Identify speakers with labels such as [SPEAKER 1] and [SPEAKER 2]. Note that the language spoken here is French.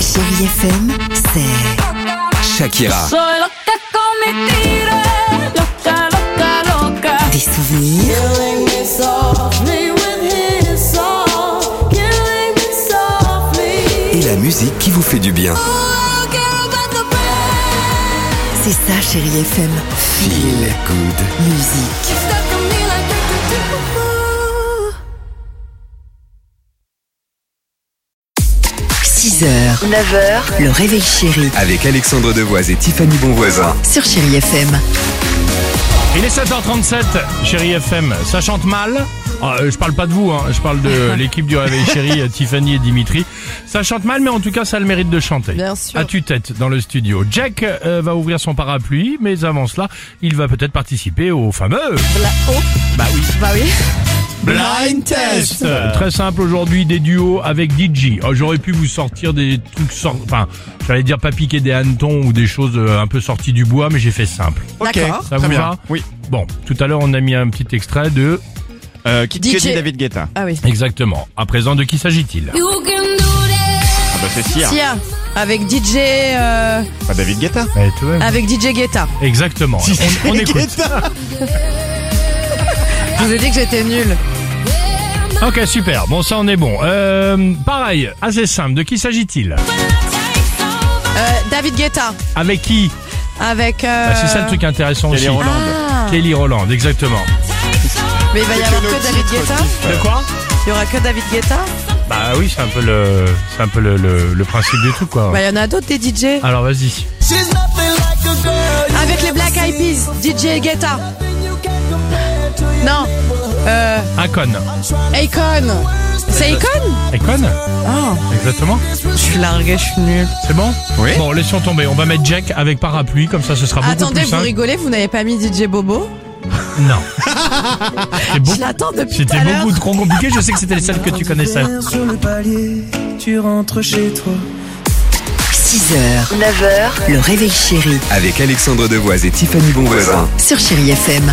[SPEAKER 1] Chérie FM, c'est
[SPEAKER 2] Shakira,
[SPEAKER 3] Soy loca con mi tira, loca, loca, loca.
[SPEAKER 1] des souvenirs,
[SPEAKER 3] Me with his song, killing me softly.
[SPEAKER 2] et la musique qui vous fait du bien.
[SPEAKER 3] Don't care about the pain.
[SPEAKER 1] c'est ça Chérie FM,
[SPEAKER 2] Feel good.
[SPEAKER 1] musique.
[SPEAKER 3] You're stuck on me like do, do, do, do.
[SPEAKER 1] 6h, 9h, le réveil chéri
[SPEAKER 2] Avec Alexandre Devoise et Tiffany Bonvoisin.
[SPEAKER 1] sur Chérie FM.
[SPEAKER 4] Il est 7h37, chérie FM. Ça chante mal. Ah, euh, je parle pas de vous, hein. je parle de l'équipe du Réveil Chéri, euh, Tiffany et Dimitri. Ça chante mal, mais en tout cas, ça a le mérite de chanter.
[SPEAKER 5] Bien sûr.
[SPEAKER 4] À tue-tête dans le studio. Jack euh, va ouvrir son parapluie, mais avant cela, il va peut-être participer au fameux.
[SPEAKER 5] Bah oui.
[SPEAKER 4] Blind Test Très simple aujourd'hui, des duos avec DJ. Oh, J'aurais pu vous sortir des trucs sort... Enfin, j'allais dire pas piquer des hannetons ou des choses euh, un peu sorties du bois, mais j'ai fait simple.
[SPEAKER 5] D'accord.
[SPEAKER 4] Ça vous va
[SPEAKER 6] Oui.
[SPEAKER 4] Bon, tout à l'heure, on a mis un petit extrait de...
[SPEAKER 6] Euh, qui,
[SPEAKER 5] DJ.
[SPEAKER 6] que dit David Guetta
[SPEAKER 5] Ah oui.
[SPEAKER 4] Exactement. À présent, de qui s'agit-il
[SPEAKER 3] You can do that.
[SPEAKER 6] Ah bah c'est Sia.
[SPEAKER 5] Sia avec DJ euh,
[SPEAKER 6] Pas David Guetta.
[SPEAKER 5] avec DJ Guetta.
[SPEAKER 4] Exactement. On, on écoute.
[SPEAKER 6] Guetta.
[SPEAKER 5] Je vous ai dit que j'étais nulle.
[SPEAKER 4] Ok, super. Bon, ça, on est bon. Euh, pareil, assez simple. De qui s'agit-il
[SPEAKER 3] Takes over.
[SPEAKER 5] Euh, David Guetta
[SPEAKER 4] Avec qui
[SPEAKER 5] avec euh,
[SPEAKER 4] Ah, C'est ça le truc intéressant
[SPEAKER 6] Kelly
[SPEAKER 4] aussi.
[SPEAKER 6] Rowland.
[SPEAKER 5] Ah.
[SPEAKER 4] Kelly Roland, exactement.
[SPEAKER 3] Takes over.
[SPEAKER 5] Mais il va y avoir
[SPEAKER 6] nos
[SPEAKER 5] que David
[SPEAKER 6] titres,
[SPEAKER 5] Guetta.
[SPEAKER 6] Tiff.
[SPEAKER 4] De quoi
[SPEAKER 5] Il y aura que David Guetta.
[SPEAKER 4] Bah oui, c'est un peu le, c'est un peu le, le- le principe du tout, quoi.
[SPEAKER 5] Bah il y en a d'autres des DJ.
[SPEAKER 4] Alors, vas-y.
[SPEAKER 5] Avec les Black Eyed Peas, DJ Guetta. Non. Euh,
[SPEAKER 4] Akon.
[SPEAKER 5] Akon. C'est Akon
[SPEAKER 4] Akon
[SPEAKER 5] Oh,
[SPEAKER 4] Exactement.
[SPEAKER 5] je suis larguée, je suis nulle.
[SPEAKER 4] C'est bon
[SPEAKER 6] Oui.
[SPEAKER 4] Bon, laissons tomber. On va mettre Jack avec parapluie, comme ça, ce sera beaucoup
[SPEAKER 5] Attendez,
[SPEAKER 4] plus
[SPEAKER 5] vous
[SPEAKER 4] simple.
[SPEAKER 5] rigolez, vous n'avez pas mis DJ Bobo
[SPEAKER 4] Non. C'est beau.
[SPEAKER 5] Je l'attends depuis tout
[SPEAKER 4] C'était
[SPEAKER 5] à l'heure. Euh,
[SPEAKER 4] beaucoup trop compliqué. Je sais que c'était les seules que tu connaissais.
[SPEAKER 7] Sur le palier, tu rentres chez toi.
[SPEAKER 1] 6h, 9h, le réveil chéri
[SPEAKER 2] Avec Alexandre Devoise et Tiffany Bonvoisin.
[SPEAKER 1] sur Chérie FM.